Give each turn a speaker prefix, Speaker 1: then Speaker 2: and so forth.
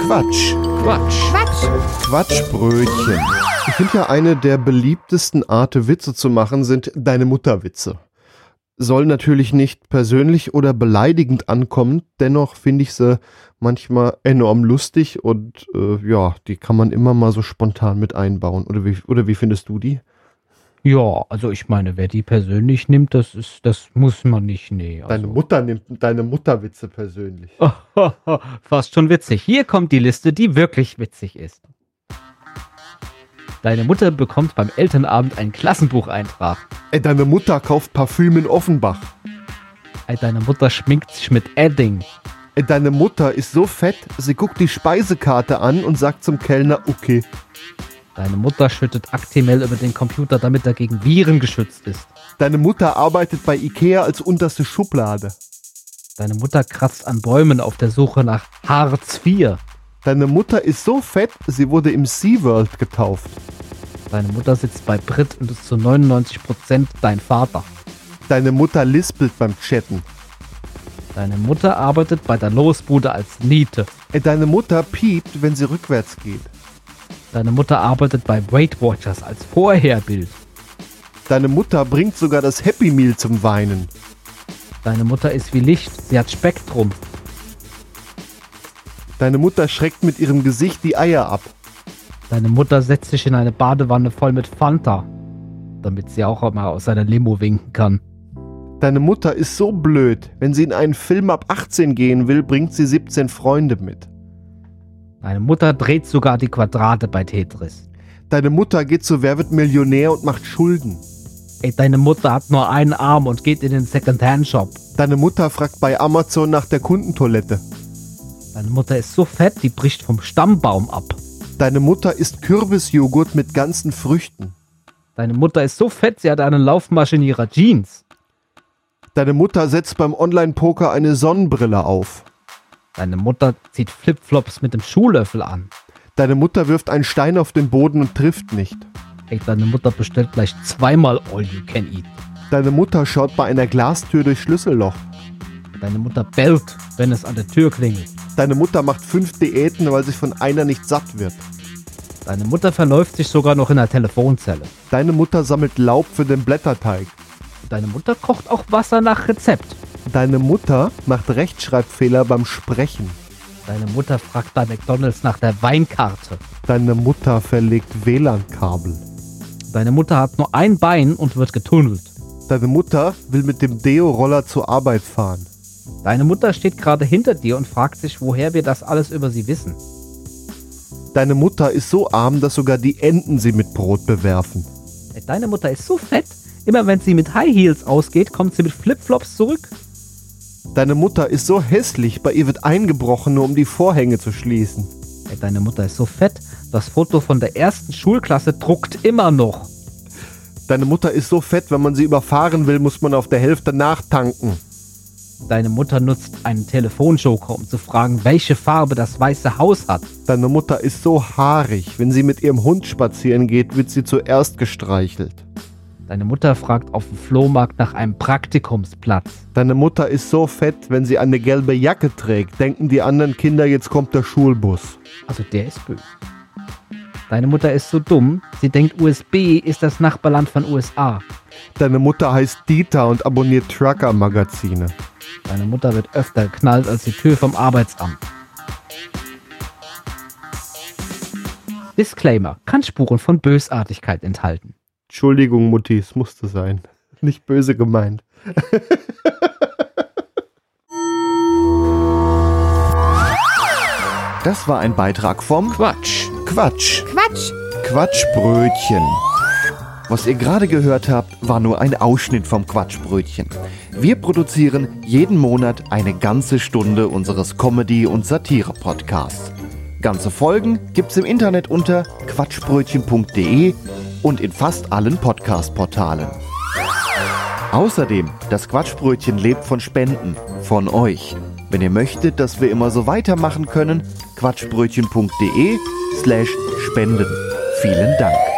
Speaker 1: Quatsch.
Speaker 2: Quatsch.
Speaker 3: Quatsch.
Speaker 1: Quatschbrötchen. Ich finde ja, eine der beliebtesten Arte Witze zu machen sind deine Mutterwitze. Soll natürlich nicht persönlich oder beleidigend ankommen, dennoch finde ich sie manchmal enorm lustig und äh, ja, die kann man immer mal so spontan mit einbauen. Oder wie, oder wie findest du die?
Speaker 2: Ja, also ich meine, wer die persönlich nimmt, das ist, das muss man nicht, nee.
Speaker 1: Deine
Speaker 2: Also.
Speaker 1: Mutter nimmt deine Mutterwitze persönlich.
Speaker 2: Fast schon witzig. Hier kommt die Liste, die wirklich witzig ist. Deine Mutter bekommt beim Elternabend einen Klassenbucheintrag.
Speaker 1: Ey, deine Mutter kauft Parfüm in Offenbach.
Speaker 2: Ey, Deine Mutter schminkt sich mit Edding.
Speaker 1: Ey, deine Mutter ist so fett, sie guckt die Speisekarte an und sagt zum Kellner, okay.
Speaker 2: Deine Mutter schüttet Actimel über den Computer, damit er gegen Viren geschützt ist.
Speaker 1: Deine Mutter arbeitet bei Ikea als unterste Schublade.
Speaker 2: Deine Mutter kratzt an Bäumen auf der Suche nach Hartz IV.
Speaker 1: Deine Mutter ist so fett, sie wurde im SeaWorld getauft.
Speaker 2: Deine Mutter sitzt bei Brit und ist zu 99% dein Vater.
Speaker 1: Deine Mutter lispelt beim Chatten.
Speaker 2: Deine Mutter arbeitet bei der Losbude als Niete.
Speaker 1: Ey, Äh, deine Mutter piept, wenn sie rückwärts geht.
Speaker 2: Deine Mutter arbeitet bei Weight Watchers als Vorherbild.
Speaker 1: Deine Mutter bringt sogar das Happy Meal zum Weinen.
Speaker 2: Deine Mutter ist wie Licht, sie hat Spektrum.
Speaker 1: Deine Mutter schreckt mit ihrem Gesicht die Eier ab.
Speaker 2: Deine Mutter setzt sich in eine Badewanne voll mit Fanta, damit sie auch mal aus seiner Limo winken kann.
Speaker 1: Deine Mutter ist so blöd, wenn sie in einen Film ab 18 gehen will, bringt sie 17 Freunde mit.
Speaker 2: Deine Mutter dreht sogar die Quadrate bei Tetris.
Speaker 1: Deine Mutter geht zu Wer wird Millionär und macht Schulden.
Speaker 2: Ey, deine Mutter hat nur einen Arm und geht in den Secondhand-Shop.
Speaker 1: Deine Mutter fragt bei Amazon nach der Kundentoilette.
Speaker 2: Deine Mutter ist so fett, die bricht vom Stammbaum ab.
Speaker 1: Deine Mutter isst Kürbisjoghurt mit ganzen Früchten.
Speaker 2: Deine Mutter ist so fett, sie hat eine Laufmasche in ihrer Jeans.
Speaker 1: Deine Mutter setzt beim Online-Poker eine Sonnenbrille auf.
Speaker 2: Deine Mutter zieht Flipflops mit dem Schuhlöffel an.
Speaker 1: Deine Mutter wirft einen Stein auf den Boden und trifft nicht.
Speaker 2: Ey, deine Mutter bestellt gleich zweimal All You Can Eat.
Speaker 1: Deine Mutter schaut bei einer Glastür durch Schlüsselloch.
Speaker 2: Deine Mutter bellt, wenn es an der Tür klingelt.
Speaker 1: Deine Mutter macht fünf Diäten, weil sie von einer nicht satt wird.
Speaker 2: Deine Mutter verläuft sich sogar noch in der Telefonzelle.
Speaker 1: Deine Mutter sammelt Laub für den Blätterteig.
Speaker 2: Deine Mutter kocht auch Wasser nach Rezept.
Speaker 1: Deine Mutter macht Rechtschreibfehler beim Sprechen.
Speaker 2: Deine Mutter fragt bei McDonalds nach der Weinkarte.
Speaker 1: Deine Mutter verlegt WLAN-Kabel.
Speaker 2: Deine Mutter hat nur ein Bein und wird getunnelt.
Speaker 1: Deine Mutter will mit dem Deo-Roller zur Arbeit fahren.
Speaker 2: Deine Mutter steht gerade hinter dir und fragt sich, woher wir das alles über sie wissen.
Speaker 1: Deine Mutter ist so arm, dass sogar die Enten sie mit Brot bewerfen.
Speaker 2: Ey, Deine Mutter ist so fett, immer wenn sie mit High Heels ausgeht, kommt sie mit Flipflops zurück.
Speaker 1: Deine Mutter ist so hässlich, bei ihr wird eingebrochen, nur um die Vorhänge zu schließen.
Speaker 2: Ey, Deine Mutter ist so fett, das Foto von der ersten Schulklasse druckt immer noch.
Speaker 1: Deine Mutter ist so fett, wenn man sie überfahren will, muss man auf der Hälfte nachtanken.
Speaker 2: Deine Mutter nutzt einen Telefonjoker, um zu fragen, welche Farbe das Weiße Haus hat.
Speaker 1: Deine Mutter ist so haarig, wenn sie mit ihrem Hund spazieren geht, wird sie zuerst gestreichelt.
Speaker 2: Deine Mutter fragt auf dem Flohmarkt nach einem Praktikumsplatz.
Speaker 1: Deine Mutter ist so fett, wenn sie eine gelbe Jacke trägt, denken die anderen Kinder, jetzt kommt der Schulbus.
Speaker 2: Also der ist böse. Deine Mutter ist so dumm, sie denkt, USB ist das Nachbarland von USA.
Speaker 1: Deine Mutter heißt Dieter und abonniert Trucker-Magazine.
Speaker 2: Deine Mutter wird öfter geknallt als die Tür vom Arbeitsamt. Disclaimer: Kann Spuren von Bösartigkeit enthalten.
Speaker 1: Entschuldigung, Mutti, es musste sein. Nicht böse gemeint. Das war ein Beitrag vom
Speaker 2: Quatsch.
Speaker 1: Quatsch.
Speaker 3: Quatsch.
Speaker 1: Quatschbrötchen. Was ihr gerade gehört habt, war nur ein Ausschnitt vom Quatschbrötchen. Wir produzieren jeden Monat eine ganze Stunde unseres Comedy- und Satire-Podcasts. Ganze Folgen gibt's im Internet unter quatschbrötchen.de und in fast allen Podcast-Portalen. Außerdem, das Quatschbrötchen lebt von Spenden, von euch. Wenn ihr möchtet, dass wir immer so weitermachen können, quatschbrötchen.de slash spenden. Vielen Dank.